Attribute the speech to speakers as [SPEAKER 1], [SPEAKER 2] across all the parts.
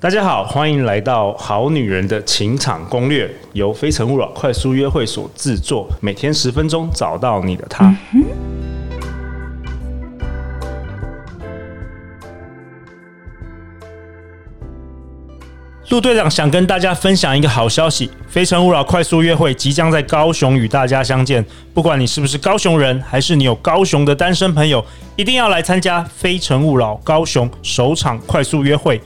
[SPEAKER 1] 大家好，欢迎来到《好女人的情场攻略》，由非诚勿扰快速约会所制作，每天十分钟，找到你的他。陆队长想跟大家分享一个好消息，《非诚勿扰快速约会》即将在高雄与大家相见。不管你是不是高雄人，还是你有高雄的单身朋友，一定要来参加《非诚勿扰高雄首场快速约会》。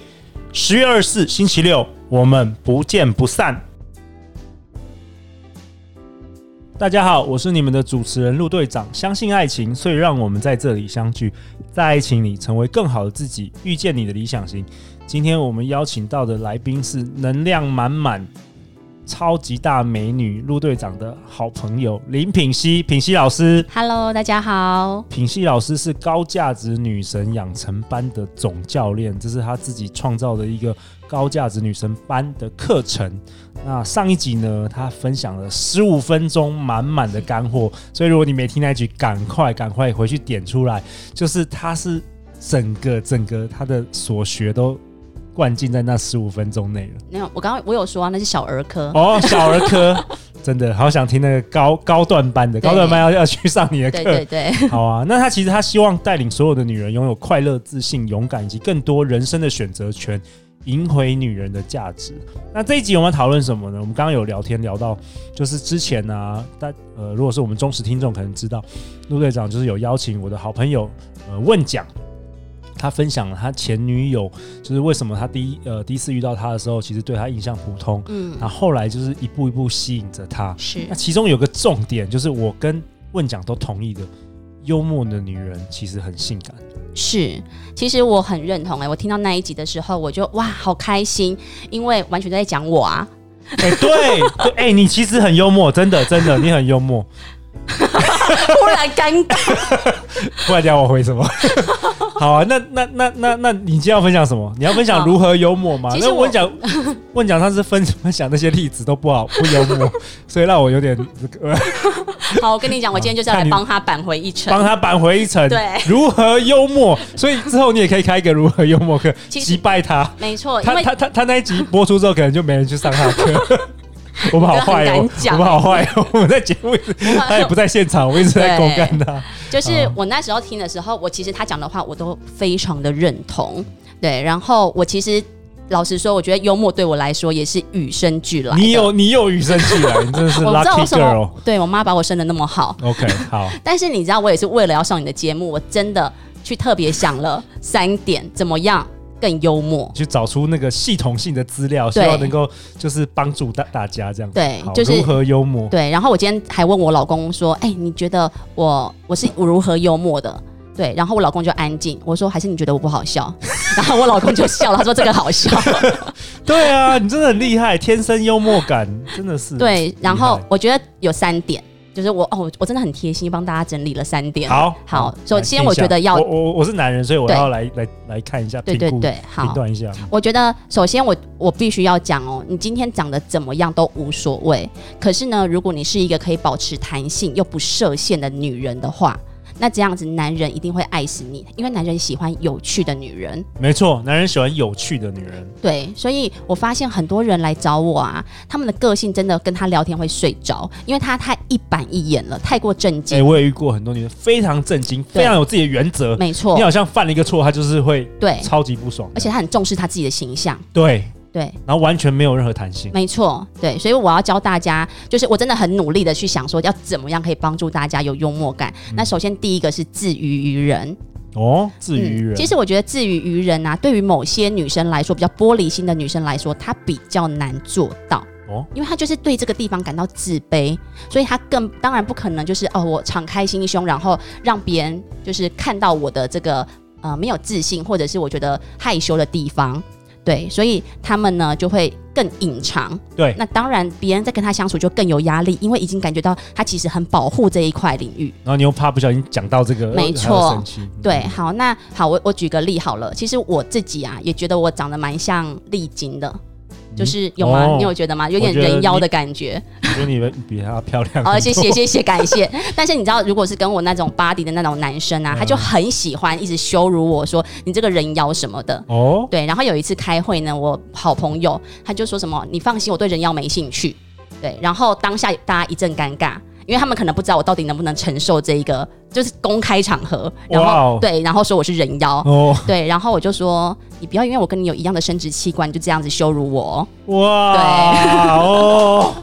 [SPEAKER 1] 十月二十四星期六，我们不见不散。大家好，我是你们的主持人陆队长。相信爱情，所以让我们在这里相聚，在爱情里成为更好的自己，遇见你的理想型。今天我们邀请到的来宾是能量满满、超级大美女陆队长的好朋友林品熙，品熙老师。
[SPEAKER 2] Hello，大家好。
[SPEAKER 1] 品熙老师是高价值女神养成班的总教练，这是他自己创造的一个高价值女神班的课程。那上一集呢，他分享了十五分钟满满的干货，所以如果你没听那一集，赶快赶快回去点出来，就是他是整个整个他的所学都灌进在那十五分钟内了。
[SPEAKER 2] 没有，我刚刚我有说啊，那是小儿科。
[SPEAKER 1] 哦，小儿科， 真的好想听那个高高段班的，
[SPEAKER 2] 对
[SPEAKER 1] 高段班要要去上你的课。
[SPEAKER 2] 对对对，
[SPEAKER 1] 好啊，那他其实他希望带领所有的女人拥有快乐、自信、勇敢以及更多人生的选择权，赢回女人的价值。那这一集我们要讨论什么呢？我们刚刚有聊天聊到，就是之前呢、啊，大呃，如果是我们忠实听众，可能知道陆队长就是有邀请我的好朋友呃问讲。他分享了他前女友，就是为什么他第一呃第一次遇到他的时候，其实对他印象普通，
[SPEAKER 2] 嗯，
[SPEAKER 1] 那后来就是一步一步吸引着他，
[SPEAKER 2] 是
[SPEAKER 1] 那其中有个重点，就是我跟问讲都同意的，幽默的女人其实很性感。
[SPEAKER 2] 是。其实我很认同哎、我听到那一集的时候，我就哇，好开心，因为完全都在讲 我啊。
[SPEAKER 1] 哎、对，对，哎、你其实很幽默，真的，真的，你很幽默。
[SPEAKER 2] 突然尴 尬，
[SPEAKER 1] 不然讲我回什么？ 好啊，那那那那那你今天要分享什么？你要分享
[SPEAKER 2] 好
[SPEAKER 1] 如何幽默吗？
[SPEAKER 2] 其实
[SPEAKER 1] 那
[SPEAKER 2] 我
[SPEAKER 1] 问讲问讲上次分 分享那些例子都不好不幽默，所以让我有点呃
[SPEAKER 2] 好，我跟你讲，我今天就是要来帮他扳回一城。
[SPEAKER 1] 帮他扳回一城。
[SPEAKER 2] 对
[SPEAKER 1] 如何幽默？所以之后你也可以开一个如何幽默课，
[SPEAKER 2] 其实
[SPEAKER 1] 击败他。
[SPEAKER 2] 没错，哦因
[SPEAKER 1] 他
[SPEAKER 2] 为
[SPEAKER 1] 他他他那一集播出之后，可能就没人去上他的课。 我们好坏
[SPEAKER 2] 我
[SPEAKER 1] 哦
[SPEAKER 2] 很敢，讲
[SPEAKER 1] 我们好坏哦，我们在节目一直，他也不在现场，我一直在公干他。
[SPEAKER 2] 就是
[SPEAKER 1] 哦
[SPEAKER 2] 我那时候听的时候，我其实他讲的话我都非常的认同。对，然后我其实老实说，我觉得幽默对我来说也是与生俱来的。
[SPEAKER 1] 你有你有与生俱来，你真的是
[SPEAKER 2] 我不知道
[SPEAKER 1] lucky
[SPEAKER 2] 为什
[SPEAKER 1] girl
[SPEAKER 2] 么。，对我妈把我生的那么好。
[SPEAKER 1] OK，好，
[SPEAKER 2] 但是你知道，我也是为了要上你的节目，我真的去特别想了三点，怎么样更幽默？
[SPEAKER 1] 去找出那个系统性的资料，希
[SPEAKER 2] 对
[SPEAKER 1] 望能够就是帮助大大家这样。
[SPEAKER 2] 对
[SPEAKER 1] 好
[SPEAKER 2] 就是
[SPEAKER 1] 如何幽默。
[SPEAKER 2] 对，然后我今天还问我老公说：“哎、你觉得我我是我如何幽默的？”对，然后我老公就安静。我说：“还是你觉得我不好笑？” 然后我老公就笑了，他说：“这个好笑。
[SPEAKER 1] 对啊，你真的很厉害，天生幽默感真的是”。
[SPEAKER 2] 对，然
[SPEAKER 1] 厉
[SPEAKER 2] 后
[SPEAKER 1] 害
[SPEAKER 2] 我觉得有三点，就是我哦，我真的很贴心，帮大家整理了三点。
[SPEAKER 1] 好
[SPEAKER 2] 好首
[SPEAKER 1] 来
[SPEAKER 2] 先
[SPEAKER 1] 听一
[SPEAKER 2] 我觉
[SPEAKER 1] 下
[SPEAKER 2] 得要
[SPEAKER 1] 我我我是男人，所以我
[SPEAKER 2] 对
[SPEAKER 1] 要来来来看一下，
[SPEAKER 2] 对
[SPEAKER 1] 评
[SPEAKER 2] 对
[SPEAKER 1] 估
[SPEAKER 2] 对，
[SPEAKER 1] 评
[SPEAKER 2] 好。
[SPEAKER 1] 断一下。
[SPEAKER 2] 我觉得，首先我我必须要讲哦，你今天长得怎么样都无所谓。可是呢，如果你是一个可以保持弹性又不设限的女人的话，那这样子男人一定会爱死你，因为男人喜欢有趣的女人。
[SPEAKER 1] 没错，男人喜欢有趣的女人。
[SPEAKER 2] 对，所以我发现很多人来找我啊，他们的个性真的跟他聊天会睡着，因为他太一板一眼了，太过正
[SPEAKER 1] 哎、
[SPEAKER 2] 经。
[SPEAKER 1] 我也遇过很多女生，非常震惊，
[SPEAKER 2] 对
[SPEAKER 1] 非常有自己的原则。
[SPEAKER 2] 没错
[SPEAKER 1] 你，好像犯了一个错，她就是会
[SPEAKER 2] 对，
[SPEAKER 1] 超级不爽的，
[SPEAKER 2] 而且他很重视他自己的形象。
[SPEAKER 1] 对，
[SPEAKER 2] 对，
[SPEAKER 1] 然后完全没有任何弹性。
[SPEAKER 2] 没错，对，所以我要教大家，就是我真的很努力的去想说，要怎么样可以帮助大家有幽默感。
[SPEAKER 1] 嗯
[SPEAKER 2] 那首先第一个是自娱于人，嗯
[SPEAKER 1] 哦，至于人，
[SPEAKER 2] 其实我觉得自娱于人啊，对于某些女生来说，比较玻璃心的女生来说，她比较难做到。
[SPEAKER 1] 哦
[SPEAKER 2] 因为她就是对这个地方感到自卑，所以她更当然不可能就是哦，我敞开心胸，然后让别人就是看到我的这个呃没有自信，或者是我觉得害羞的地方。对，所以他们呢就会更隐藏。
[SPEAKER 1] 对
[SPEAKER 2] 那当然别人在跟他相处就更有压力，因为已经感觉到他其实很保护这一块领域。
[SPEAKER 1] 然后你又怕不小心讲到这个，
[SPEAKER 2] 没
[SPEAKER 1] 还会
[SPEAKER 2] 错
[SPEAKER 1] 生气。
[SPEAKER 2] 对，好，那好，我我举个例好了。其实我自己啊，也觉得我长得蛮像丽晶的，就是有吗？
[SPEAKER 1] 哦
[SPEAKER 2] 你有觉得吗？有点
[SPEAKER 1] 我觉得
[SPEAKER 2] 人妖
[SPEAKER 1] 你
[SPEAKER 2] 的感 觉。
[SPEAKER 1] 我觉得你们比她漂亮很多。
[SPEAKER 2] 而且谢谢谢感谢。 但是你知道，如果是跟我那种 body 的那种男生
[SPEAKER 1] 嗯
[SPEAKER 2] 啊，他就很喜欢一直羞辱我说你这个人妖什么的。
[SPEAKER 1] 哦，
[SPEAKER 2] 对，然后有一次开会呢，我好朋友他就说什么：“你放心，我对人妖没兴趣。”对，然后当下大家一阵尴尬，因为他们可能不知道我到底能不能承受这一个，就是公开场合，然后、
[SPEAKER 1] 哇哦
[SPEAKER 2] 对，然后说我是人妖，
[SPEAKER 1] 哦，
[SPEAKER 2] 对，然后我就说你不要因为我跟你有一样的生殖器官你就这样子羞辱我哦。
[SPEAKER 1] 哇，哦，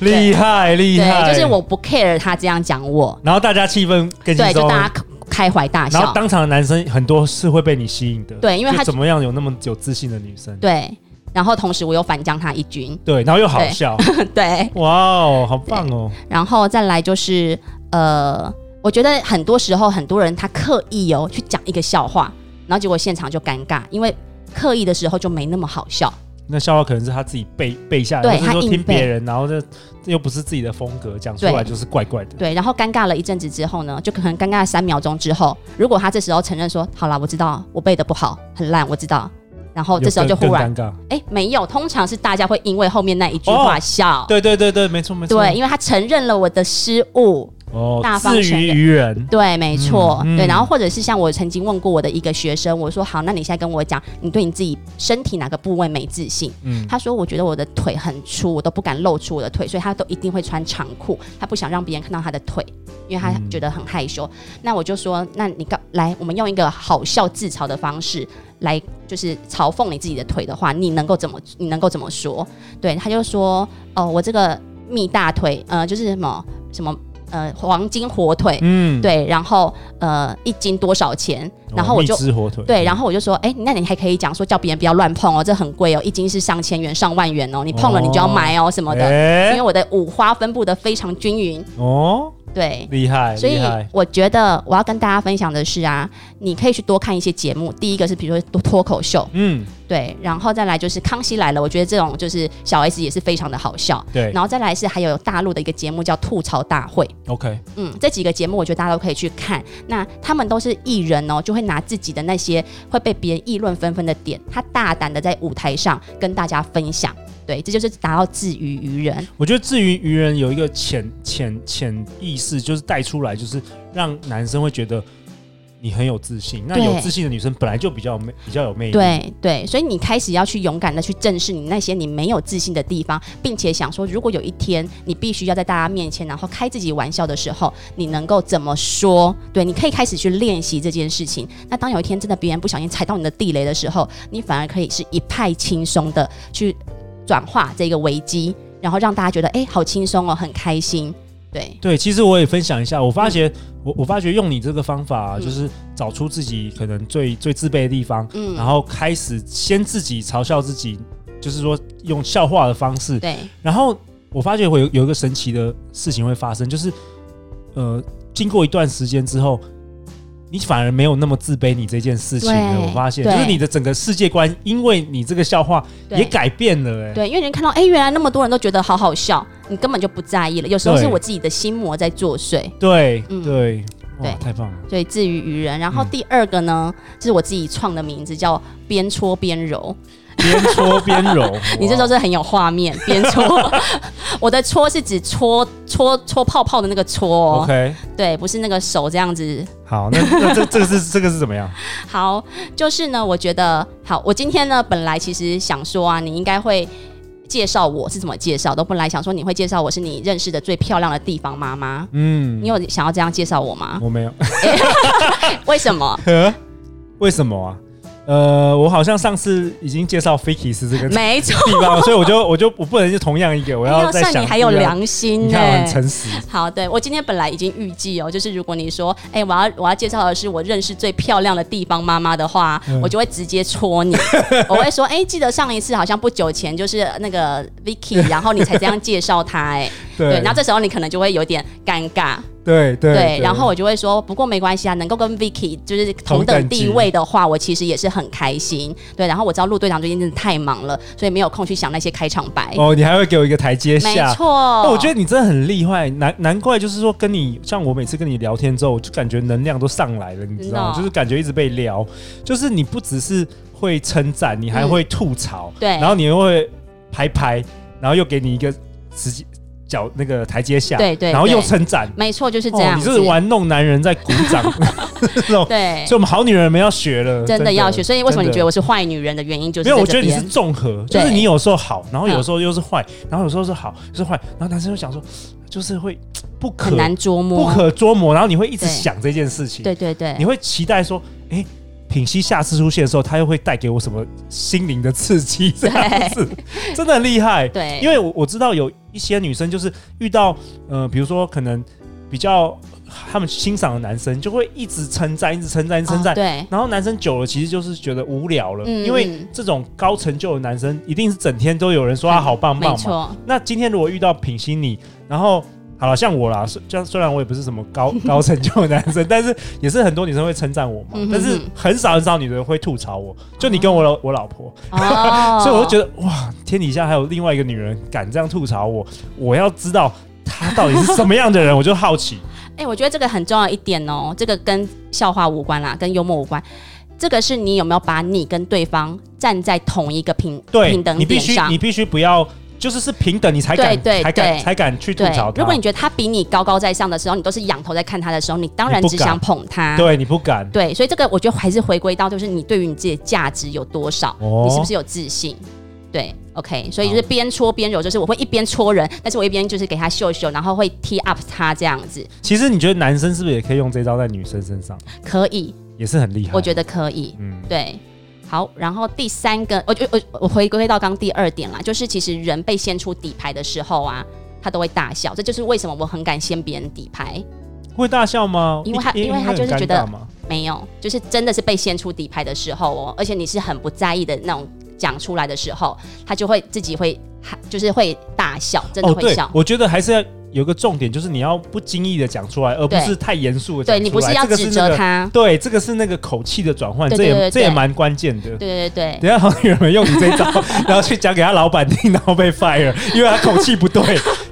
[SPEAKER 1] 厉害厉害，
[SPEAKER 2] 对，就是。我不 care 他这样讲我，
[SPEAKER 1] 然后大家气氛更轻
[SPEAKER 2] 对，就
[SPEAKER 1] 松，
[SPEAKER 2] 大家开怀大
[SPEAKER 1] 然后
[SPEAKER 2] 啊笑。
[SPEAKER 1] 当场的男生很多是会被你吸引的，
[SPEAKER 2] 对因为
[SPEAKER 1] 就
[SPEAKER 2] 他
[SPEAKER 1] 怎么样有那么有自信的女生，
[SPEAKER 2] 对，然后同时我又反将他一军，
[SPEAKER 1] 对，然后又好
[SPEAKER 2] 对
[SPEAKER 1] 笑，
[SPEAKER 2] 对，
[SPEAKER 1] 哇哦，好棒哦，
[SPEAKER 2] 然后再来就是呃，我觉得很多时候很多人他刻意哦去讲一个笑话，然后结果现场就尴尬，因为刻意的时候就没那么好笑。
[SPEAKER 1] 那笑话可能是他自己背背下
[SPEAKER 2] 对
[SPEAKER 1] 来，或是
[SPEAKER 2] 他
[SPEAKER 1] 说
[SPEAKER 2] 硬
[SPEAKER 1] 听
[SPEAKER 2] 背
[SPEAKER 1] 别人，然后这这又不是自己的风格，讲出
[SPEAKER 2] 对
[SPEAKER 1] 来就是怪怪的。
[SPEAKER 2] 对，然后尴尬了一阵子之后呢，就可能尴尬三秒钟之后，如果他这时候承认说好啦，我知道我背的不好，很烂，我知道。然后
[SPEAKER 1] 有
[SPEAKER 2] 哦这时候就
[SPEAKER 1] 更
[SPEAKER 2] 忽然，
[SPEAKER 1] 更尴尬。
[SPEAKER 2] 哎，没有，通常是大家会因为后面那一句话
[SPEAKER 1] 哦
[SPEAKER 2] 笑，
[SPEAKER 1] 对对对对，没错没错。
[SPEAKER 2] 对，，因为他承认了我的失误，
[SPEAKER 1] 哦
[SPEAKER 2] 大，方
[SPEAKER 1] 至
[SPEAKER 2] 承
[SPEAKER 1] 于
[SPEAKER 2] 认
[SPEAKER 1] 于人，
[SPEAKER 2] 对，没错，
[SPEAKER 1] 嗯嗯
[SPEAKER 2] 对。然后或者是像我曾经问过我的一个学生，我说好，那你现在跟我讲，你对你自己身体哪个部位没自信？
[SPEAKER 1] 嗯，
[SPEAKER 2] 他说我觉得我的腿很粗，我都不敢露出我的腿，所以他都一定会穿长裤，他不想让别人看到他的腿，因为他
[SPEAKER 1] 嗯
[SPEAKER 2] 觉得很害羞。那我就说，那你告来，我们用一个好笑自嘲的方式来，就是嘲讽你自己的腿的话，你能够怎么，你能够怎么说？对，他就说，哦，我这个蜜大腿，呃，就是什么什么。呃，黄金火腿，
[SPEAKER 1] 嗯，
[SPEAKER 2] 对，然后呃，一斤多少钱？
[SPEAKER 1] 哦，
[SPEAKER 2] 然后我就、
[SPEAKER 1] 蜜汁火腿，
[SPEAKER 2] 对，然
[SPEAKER 1] 后
[SPEAKER 2] 后我就说，哎、那你还可以讲说叫别人不要乱碰哦，这很贵哦，一斤是上千元、上万元哦，你碰了你就要买哦什么的。因为
[SPEAKER 1] 的，
[SPEAKER 2] 我的五花分布的非常均匀，
[SPEAKER 1] 哦，
[SPEAKER 2] 对。
[SPEAKER 1] 厉害，
[SPEAKER 2] 所
[SPEAKER 1] 哎
[SPEAKER 2] 以
[SPEAKER 1] 厉害，
[SPEAKER 2] 我觉得我要跟大家分享的是啊，你可以去多看一些节目。第一个是比如说脱脱口秀，
[SPEAKER 1] 嗯，
[SPEAKER 2] 对，然后再来就是《康熙来了》，我觉得这种就是小 S 也是非常的好笑。
[SPEAKER 1] 对
[SPEAKER 2] 然后再来是还有大陆的一个节目叫《吐槽大会》，
[SPEAKER 1] ，OK，
[SPEAKER 2] 嗯，这几个节目我觉得大家都可以去看。那他们都是艺人哦，就会拿自己的那些会被别人议论纷纷的点，他大胆的在舞台上跟大家分享。对，这就是达到自娱于人。
[SPEAKER 1] 我觉得至于于人有一个潜潜潜意识，就是带出来，就是让男生会觉得你很有自信。那
[SPEAKER 2] 对
[SPEAKER 1] 有自信的女生本来就比较有魅，比较有魅力。，
[SPEAKER 2] 对对，所以你开始要去勇敢的去正视你那些你没有自信的地方，并且想说，如果有一天你必须要在大家面前，然后开自己玩笑的时候，你能够怎么说？对，你可以开始去练习这件事情。那当有一天真的别人不小心踩到你的地雷的时候，你反而可以是一派轻松的去转化这个危机，然后让大家觉得哎，好轻松哦，很开心。对，
[SPEAKER 1] 对，其实我也分享一下，我发觉、我我发觉用你这个方法啊、
[SPEAKER 2] 嗯
[SPEAKER 1] 就是找出自己可能最最自卑的地方，
[SPEAKER 2] 嗯
[SPEAKER 1] 然后开始先自己嘲笑自己，就是说用笑话的方式，
[SPEAKER 2] 对，
[SPEAKER 1] 然后我发觉会有有一个神奇的事情会发生，就是呃，经过一段时间之后。你反而没有那么自卑，你这件事情了，
[SPEAKER 2] 对
[SPEAKER 1] 我发现，就
[SPEAKER 2] 对
[SPEAKER 1] 是你的整个世界观，因为你这个笑话
[SPEAKER 2] 对
[SPEAKER 1] 也改变了、哎，
[SPEAKER 2] 对，因为人看到哎，原来那么多人都觉得好好笑，你根本就不在意了。有时候是
[SPEAKER 1] 对
[SPEAKER 2] 我自己的心魔在作祟。
[SPEAKER 1] 对，
[SPEAKER 2] 嗯
[SPEAKER 1] 对，哇，
[SPEAKER 2] 对
[SPEAKER 1] 太棒了，
[SPEAKER 2] 所以至于愚人，然后
[SPEAKER 1] 嗯
[SPEAKER 2] 第二个呢，是我自己创的名字，叫边搓边揉。
[SPEAKER 1] 边搓边揉，
[SPEAKER 2] 你这
[SPEAKER 1] 哇
[SPEAKER 2] 时候是很有画面，边搓。我的搓是指搓搓搓泡泡的那个搓、哦
[SPEAKER 1] OK，
[SPEAKER 2] 对，不是那个手这样子。
[SPEAKER 1] 好，那那这这个是这个是怎么 样？
[SPEAKER 2] 好，就是呢，我觉得好，我今天呢，本来其实想说啊，你应该会。介绍我是怎么介绍的？我本来想说你会介绍我是你认识的最漂亮的地方妈妈，
[SPEAKER 1] 嗯，
[SPEAKER 2] 你有想要这样介绍我吗？
[SPEAKER 1] 我没有， 嗯
[SPEAKER 2] 为什么？
[SPEAKER 1] 为什么啊？呃，我好像上次已经介绍 Fiki 是这个地
[SPEAKER 2] 没错，
[SPEAKER 1] 方，所以我就我就我不能是同样一个，我要再
[SPEAKER 2] 哎算
[SPEAKER 1] 想。
[SPEAKER 2] 你还有
[SPEAKER 1] 对啊，
[SPEAKER 2] 良心欸
[SPEAKER 1] 你
[SPEAKER 2] 呢、
[SPEAKER 1] 看我很诚实，
[SPEAKER 2] 好，对我今天本来已经预计哦，就是如果你说，哎、我要我要介绍的是我认识最漂亮的地方妈妈的话，
[SPEAKER 1] 嗯
[SPEAKER 2] 我就会直接 戳你，我会说，哎、记得上一次好像不久前就是那个 Vicky，然后你才这样介绍她、哎，对，
[SPEAKER 1] 对
[SPEAKER 2] 然后这时候你可能就会有点尴尬，
[SPEAKER 1] 对对
[SPEAKER 2] 对，然后我就会说，不过没关系啊，能够跟 Vicky 就是同
[SPEAKER 1] 同
[SPEAKER 2] 等
[SPEAKER 1] 等
[SPEAKER 2] 地
[SPEAKER 1] 级
[SPEAKER 2] 位的话，我其实也是很开心，对，然后我知道陆队长最近真的太忙了，所以没有空去想那些开场白，
[SPEAKER 1] 哦，你还会给我一个台阶
[SPEAKER 2] 没
[SPEAKER 1] 下。
[SPEAKER 2] 错，
[SPEAKER 1] 那我觉得你真的很厉害，难难怪就是说跟你像我每次跟你聊天之后，我就感觉能量都上来了，你知
[SPEAKER 2] 真的
[SPEAKER 1] 道
[SPEAKER 2] 哦
[SPEAKER 1] 吗？就是感觉一直被聊，就是你不只是会称赞，你还会吐槽，
[SPEAKER 2] 嗯对
[SPEAKER 1] 然后你又会拍拍，然后又给你一个实际脚那个台阶下，
[SPEAKER 2] 对对
[SPEAKER 1] 然后又
[SPEAKER 2] 对
[SPEAKER 1] 称赞，
[SPEAKER 2] 没错，就是这
[SPEAKER 1] 哦，
[SPEAKER 2] 样
[SPEAKER 1] 你
[SPEAKER 2] 子。
[SPEAKER 1] 这是玩弄男人在鼓 掌 这种，
[SPEAKER 2] 对
[SPEAKER 1] 所以，我们好女人们要学了，
[SPEAKER 2] 真的要学。所以，为什么你觉得
[SPEAKER 1] 我？
[SPEAKER 2] 我是坏女人的原因，就是
[SPEAKER 1] 因为我
[SPEAKER 2] 在
[SPEAKER 1] 觉得
[SPEAKER 2] 这
[SPEAKER 1] 你是
[SPEAKER 2] 边。
[SPEAKER 1] 综合，就
[SPEAKER 2] 对
[SPEAKER 1] 是你有时候好，然后有时候又是坏，然后有时候是好，又是坏，然后男生就想说，就是会不可
[SPEAKER 2] 很难捉
[SPEAKER 1] 不
[SPEAKER 2] 摸。
[SPEAKER 1] 可捉摸，然后你会一直
[SPEAKER 2] 对
[SPEAKER 1] 想这件事情，
[SPEAKER 2] 对对对
[SPEAKER 1] 你，会期待说，哎、品熙下次出现的时候，他又会带给我什么心灵的刺激？ 这样子真的很厉害。
[SPEAKER 2] 对
[SPEAKER 1] 因为我我知道有一些女生就是遇到，呃，比如说可能比较他们欣赏的男生，就会一直称赞，一直称赞，一直称
[SPEAKER 2] 哦
[SPEAKER 1] 赞。
[SPEAKER 2] 对，
[SPEAKER 1] 然后男生久了，其实就是觉得无聊了，
[SPEAKER 2] 嗯
[SPEAKER 1] 因为
[SPEAKER 2] 嗯
[SPEAKER 1] 这种高成就的男生，一定是整天都有人说他好棒棒
[SPEAKER 2] 没
[SPEAKER 1] 嘛。
[SPEAKER 2] 错，
[SPEAKER 1] 那今天如果遇到品心你，然后好了，像我啦，虽虽虽然我也不是什么高 高成就的男生，但是也是很多女生会称赞我嘛，
[SPEAKER 2] 嗯哼哼
[SPEAKER 1] 但是很少很少女的会吐槽我，就你跟我老、我老婆，
[SPEAKER 2] 哦
[SPEAKER 1] 所以我就觉
[SPEAKER 2] 得
[SPEAKER 1] 得哇，天底下还有另外一个女人敢这样吐槽我，我要知道她到底是什么样的人，我就好奇。，
[SPEAKER 2] 哎、我觉得这个很重要一点哦，这个跟笑话无关啦，跟幽默无关。这个是你有没有把你跟对方站在同一个平
[SPEAKER 1] 对
[SPEAKER 2] 平等
[SPEAKER 1] 你必
[SPEAKER 2] 点
[SPEAKER 1] 须
[SPEAKER 2] 上
[SPEAKER 1] 你？必须不要。就是是平等，你才敢，
[SPEAKER 2] 对对
[SPEAKER 1] 才敢，
[SPEAKER 2] 对
[SPEAKER 1] 才敢去吐
[SPEAKER 2] 对
[SPEAKER 1] 槽，她。
[SPEAKER 2] 如果你觉得他比你高高在上的时候，你都是仰头在看他的时候，你当然
[SPEAKER 1] 你不
[SPEAKER 2] 只
[SPEAKER 1] 敢
[SPEAKER 2] 想捧他。
[SPEAKER 1] 对你不敢，
[SPEAKER 2] 对，所以这个我觉得还是回归到，就是你对于你自己的价值有多少，
[SPEAKER 1] 哦
[SPEAKER 2] 你是不是有自信？对，OK，所以就是边戳边揉，就是我会一边戳人，但是我一边就是给他秀秀，然后会 t up 他这样子，
[SPEAKER 1] 其实你觉得男生是不是也可以用这招在女生身上，
[SPEAKER 2] 可以，
[SPEAKER 1] 也是很厉害？
[SPEAKER 2] 我觉得可以，
[SPEAKER 1] 嗯，
[SPEAKER 2] 对。好，然后第三个，我就我我回归到刚第二点啦，就是其实人被掀出底牌的时候啊，他都会大笑，这就是为什么我很敢掀别人底牌，
[SPEAKER 1] 会大笑吗？
[SPEAKER 2] 因为他
[SPEAKER 1] 一
[SPEAKER 2] 因为他
[SPEAKER 1] 很
[SPEAKER 2] 就是
[SPEAKER 1] 尴
[SPEAKER 2] 觉得
[SPEAKER 1] 尬嘛
[SPEAKER 2] 没有，就是真的是被掀出底牌的时候哦，而且你是很不在意的那种讲出来的时候，他就会自己会哈就是会大笑，真的
[SPEAKER 1] 哦，
[SPEAKER 2] 会
[SPEAKER 1] 对
[SPEAKER 2] 笑。，
[SPEAKER 1] 我觉得还是要有个重点，就是你要不经意的讲出来，而不
[SPEAKER 2] 对
[SPEAKER 1] 是太严肃的讲出
[SPEAKER 2] 对
[SPEAKER 1] 来。
[SPEAKER 2] 你不是要
[SPEAKER 1] 这个
[SPEAKER 2] 指
[SPEAKER 1] 那
[SPEAKER 2] 责
[SPEAKER 1] 个，
[SPEAKER 2] 他，
[SPEAKER 1] 对，这个是那个口气的转换，
[SPEAKER 2] 对
[SPEAKER 1] 这
[SPEAKER 2] 对
[SPEAKER 1] 也
[SPEAKER 2] 对
[SPEAKER 1] 这也
[SPEAKER 2] 对
[SPEAKER 1] 蛮关键的。
[SPEAKER 2] 对对对
[SPEAKER 1] 等一下好女人们用你 这招，然后去讲给他老板听，然后被 fire，因为他口气不 对，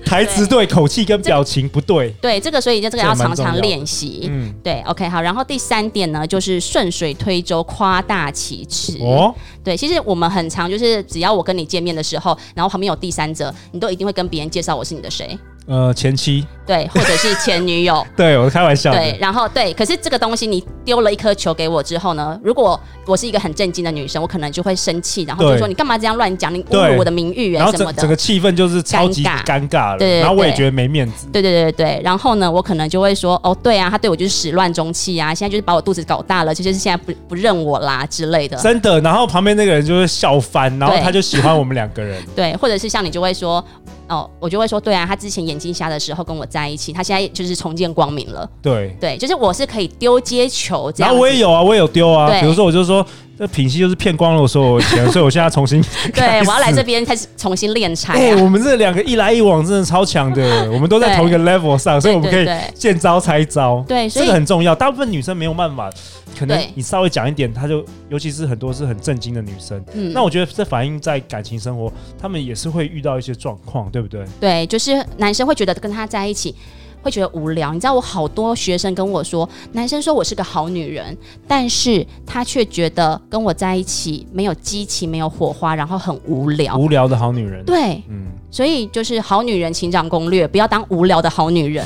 [SPEAKER 1] 台词对，口气跟表情不对。
[SPEAKER 2] 对，这个所以这个
[SPEAKER 1] 这
[SPEAKER 2] 要
[SPEAKER 1] 也蛮
[SPEAKER 2] 常
[SPEAKER 1] 重要
[SPEAKER 2] 常
[SPEAKER 1] 的
[SPEAKER 2] 练习。
[SPEAKER 1] 嗯，
[SPEAKER 2] 对，OK，好，然后第三点呢，就是顺水推舟，夸大其词。
[SPEAKER 1] 哦，
[SPEAKER 2] 对，其实我们很常就是，只要我跟你见面的时候，然后旁边有第三者，你都一定会跟别人介绍我是你的谁，
[SPEAKER 1] 呃，前妻，
[SPEAKER 2] 对，或者是前女友，
[SPEAKER 1] 对我开玩笑
[SPEAKER 2] 对
[SPEAKER 1] 的，，
[SPEAKER 2] 然后对，可是这个东西你丢了一颗球给我之后呢，如果我是一个很震惊的女生，我可能就会生气，然后就
[SPEAKER 1] 对
[SPEAKER 2] 说你干嘛这样乱讲，你侮
[SPEAKER 1] 对
[SPEAKER 2] 辱我的名誉
[SPEAKER 1] 然
[SPEAKER 2] 欸
[SPEAKER 1] 后
[SPEAKER 2] 什么
[SPEAKER 1] 整整
[SPEAKER 2] 的
[SPEAKER 1] 个。气氛就是超级
[SPEAKER 2] 尴尬
[SPEAKER 1] 尴尬了，
[SPEAKER 2] 对对
[SPEAKER 1] 然后我也
[SPEAKER 2] 对
[SPEAKER 1] 觉得没面子。
[SPEAKER 2] 对对对对对，然后呢，我可能就会说，哦，对啊，他对我就是始乱终弃啊，现在就是把我肚子搞大了，就是现在不不认我啦之类的，
[SPEAKER 1] 真的，然后旁边那个人就会笑翻，然后
[SPEAKER 2] 对
[SPEAKER 1] 他就喜欢我们两个 人。
[SPEAKER 2] 对，或者是像你就会说，哦，我就会说，对啊，他之前眼睛瞎的时候跟我在一起，他现在就是重见光明了，
[SPEAKER 1] 对，
[SPEAKER 2] 对，就是我是可以丢接球这
[SPEAKER 1] 然
[SPEAKER 2] 样
[SPEAKER 1] 后
[SPEAKER 2] 子，
[SPEAKER 1] 我也有啊，我也有丢啊。
[SPEAKER 2] 对
[SPEAKER 1] 比如说，我就说这品系就是骗光了我所有钱，所以我现在重新
[SPEAKER 2] 对
[SPEAKER 1] 开始
[SPEAKER 2] 我要来这。边开始重新练柴、
[SPEAKER 1] 哎、
[SPEAKER 2] 啊。
[SPEAKER 1] 我们这两个一来一往真的超强 的，我们都在
[SPEAKER 2] 对
[SPEAKER 1] 同一个 level 上，所以我们可
[SPEAKER 2] 对
[SPEAKER 1] 以
[SPEAKER 2] 对
[SPEAKER 1] 见招拆招。
[SPEAKER 2] 对，所
[SPEAKER 1] 这
[SPEAKER 2] 以
[SPEAKER 1] 个很重要，大部分女生没有办法，可能
[SPEAKER 2] 对
[SPEAKER 1] 你稍微讲一点，她就，尤其是很多是很震惊的女生，
[SPEAKER 2] 嗯
[SPEAKER 1] 那我觉得这反映在感情生活，她们也是会遇到一些状况，对不对？
[SPEAKER 2] 对，就是男生会觉得跟他在一起会觉得无聊。你知道，我好多学生跟我说，男生说我是个好女人，但是他却觉得跟我在一起没有激情、没有火花，然后很无聊。
[SPEAKER 1] 无聊的好女人，
[SPEAKER 2] 对，
[SPEAKER 1] 嗯，
[SPEAKER 2] 所以就是好女人情长攻略，不要当无聊的好女人。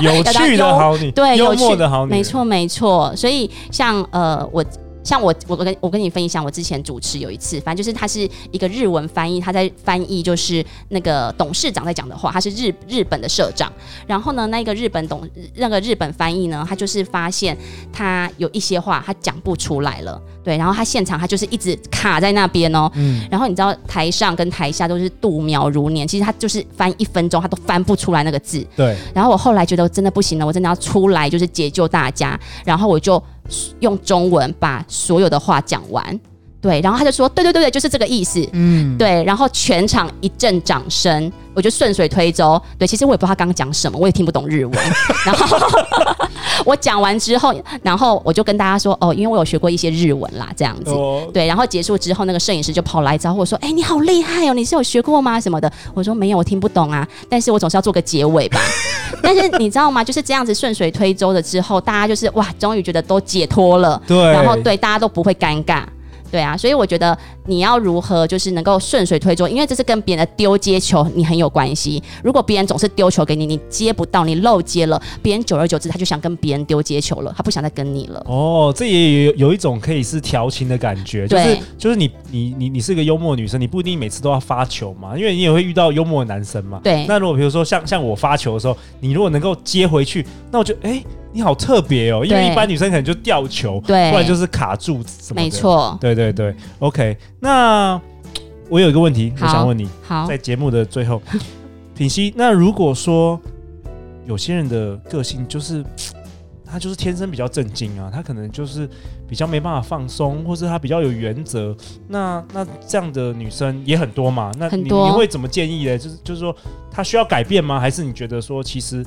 [SPEAKER 1] 有
[SPEAKER 2] 当
[SPEAKER 1] 趣的
[SPEAKER 2] 幽
[SPEAKER 1] 好女，
[SPEAKER 2] 对
[SPEAKER 1] 幽
[SPEAKER 2] 有
[SPEAKER 1] 默
[SPEAKER 2] 趣
[SPEAKER 1] 的好女人，
[SPEAKER 2] 没错，没错。所以像呃，我像我，我跟我跟你分享，我之前主持有一次，反正就是他是一个日文翻译，他在翻译就是那个董事长在讲的话，他是日日本的社长。然后呢，那个日本董那个日本翻译呢，他就是发现他有一些话他讲不出来了，对，然后他现场他就是一直卡在那边哦。
[SPEAKER 1] 嗯，
[SPEAKER 2] 然后你知道台上跟台下都是度秒如年，其实他就是翻一分钟他都翻不出来那个字，
[SPEAKER 1] 对。
[SPEAKER 2] 然后我后来觉得我真的不行了，我真的要出来就是解救大家，然后我就用中文把所有的话讲完，对，然后他就说，对对对对，就是这个意思。
[SPEAKER 1] 嗯，
[SPEAKER 2] 对，然后全场一阵掌声，我就顺水推舟。对，其实我也不知道他刚刚讲什么，我也听不懂日文。然后我讲完之后，然后我就跟大家说，哦，因为我有学过一些日文啦，这样子。
[SPEAKER 1] 哦，
[SPEAKER 2] 对，然后结束之后，那个摄影师就跑来找我说：“哎、你好厉害哦，你是有学过吗？什么的？”我说：“没有，我听不懂啊，但是我总是要做个结尾吧。” 但是你知道吗？就是这样子顺水推舟了之后，大家就是哇，终于觉得都解脱了，
[SPEAKER 1] 对，
[SPEAKER 2] 然后，对大家都不会尴尬。对啊，所以我觉得你要如何就是能够顺水推舟，因为这是跟别人的丢接球你很有关系。如果别人总是丢球给你，你接不到，你漏接了，别人久而久之他就想跟别人丢接球了，他不想再跟你了。
[SPEAKER 1] 哦，这也有有一种可以是调情的感觉，就是
[SPEAKER 2] 对
[SPEAKER 1] 就是你你你你是个幽默的女生，你不一定每次都要发球嘛，因为你也会遇到幽默的男生嘛。
[SPEAKER 2] 对
[SPEAKER 1] 那如果比如说像像我发球的时候，你如果能够接回去，那我觉得哎、你好特别哦，因为
[SPEAKER 2] 对
[SPEAKER 1] 一般女生可能就掉球，
[SPEAKER 2] 对
[SPEAKER 1] 不然就是卡住什么的。
[SPEAKER 2] 没，错，
[SPEAKER 1] 对对对，OK。那我有一个问题，我
[SPEAKER 2] 好
[SPEAKER 1] 想问你，
[SPEAKER 2] 好
[SPEAKER 1] 在，节目的最后， 品熙，那如果说有些人的个性就是。他就是天生比较正经啊，他可能就是比较没办法放松，或是他比较有原则。那那这样的女生也很多嘛？那你
[SPEAKER 2] 很多
[SPEAKER 1] 你会怎么建议呢？就是就是说，她需要改变吗？还是你觉得说，其实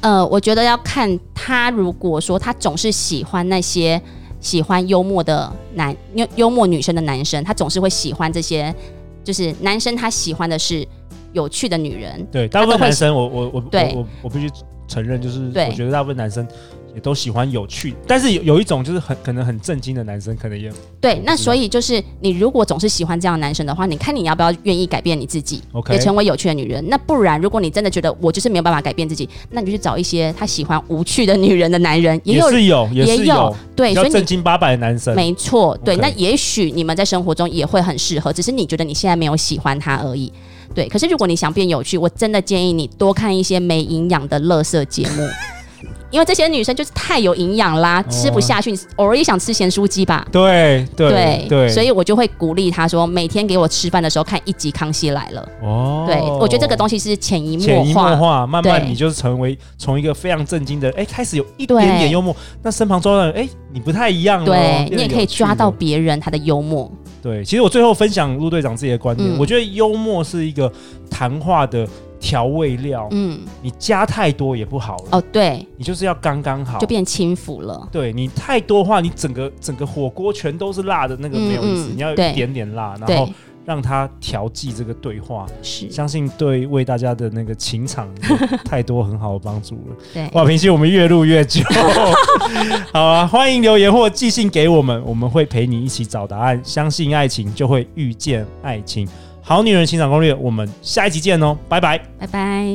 [SPEAKER 2] 呃，我觉得要看他，如果说他总是喜欢那些喜欢幽默的男幽幽默女生的男生，他总是会喜欢这些，就是男生他喜欢的是有趣的女人，
[SPEAKER 1] 对大部分
[SPEAKER 2] 她都会
[SPEAKER 1] 男生我，我我
[SPEAKER 2] 对
[SPEAKER 1] 我我我必须承认，就是
[SPEAKER 2] 对
[SPEAKER 1] 我觉得大部分男生也都喜欢有趣，但是有有一种就是很可能很正经的男生，可能也
[SPEAKER 2] 对，那所以就是你如果总是喜欢这样的男生的话，你看你要不要愿意改变你自己
[SPEAKER 1] OK
[SPEAKER 2] 也成为有趣的女人。那不然，如果你真的觉得我就是没有办法改变自己，那你就去找一些他喜欢无趣的女人的男人，也
[SPEAKER 1] 也
[SPEAKER 2] 有
[SPEAKER 1] 是有，也是
[SPEAKER 2] 有
[SPEAKER 1] 比
[SPEAKER 2] 对，
[SPEAKER 1] 较
[SPEAKER 2] 所以
[SPEAKER 1] 正
[SPEAKER 2] 你。
[SPEAKER 1] 经八百的男生。
[SPEAKER 2] 没错，对
[SPEAKER 1] OK
[SPEAKER 2] 那也许你们在生活中也会很适合，只是你觉得你现在没有喜欢他而已。对，可是如果你想变有趣，我真的建议你多看一些没营养的乐色节 目，因为这些女生就是太有营养啦，吃不下去，你偶尔也想吃咸酥鸡吧。
[SPEAKER 1] 对哦对
[SPEAKER 2] 对所以我就会鼓励他说，每天给我吃饭的时候看一集《康熙来了》
[SPEAKER 1] 哦
[SPEAKER 2] 对，我觉得这个东西是潜移
[SPEAKER 1] 潜移
[SPEAKER 2] 默化。
[SPEAKER 1] 默化，慢慢
[SPEAKER 2] 对
[SPEAKER 1] 你就是成为从一个非常正经的，哎，开始有一
[SPEAKER 2] 对
[SPEAKER 1] 点点幽默，那身旁周遭的人，哎，你不太一样了哦，
[SPEAKER 2] 对
[SPEAKER 1] 变得
[SPEAKER 2] 你也可以
[SPEAKER 1] 有趣
[SPEAKER 2] 抓
[SPEAKER 1] 了
[SPEAKER 2] 到别人他的幽默，
[SPEAKER 1] 对，其实我最后分享陆队长自己的观点，
[SPEAKER 2] 嗯
[SPEAKER 1] 我觉得幽默是一个谈话的调味料，
[SPEAKER 2] 嗯，
[SPEAKER 1] 你加太多也不好了，
[SPEAKER 2] 哦，对，
[SPEAKER 1] 你就是要刚刚好
[SPEAKER 2] 就。变轻浮了。
[SPEAKER 1] 对你太多话，你整个整个火锅全都是辣的，那个没有意思。
[SPEAKER 2] 嗯嗯
[SPEAKER 1] 你要有
[SPEAKER 2] 对
[SPEAKER 1] 一点点辣，然后
[SPEAKER 2] 对，
[SPEAKER 1] 让它调剂这个对话，
[SPEAKER 2] 是，
[SPEAKER 1] 相信对为大家的那个情场有太多很好的帮助了。
[SPEAKER 2] 对，
[SPEAKER 1] 哇，平息我们越录越久， 好啊！欢迎留言或寄信给我们，我们会陪你一起找答案。相信爱情，就会遇见爱情。好女人情场攻略，我们下一集见哦，拜拜。
[SPEAKER 2] 拜拜。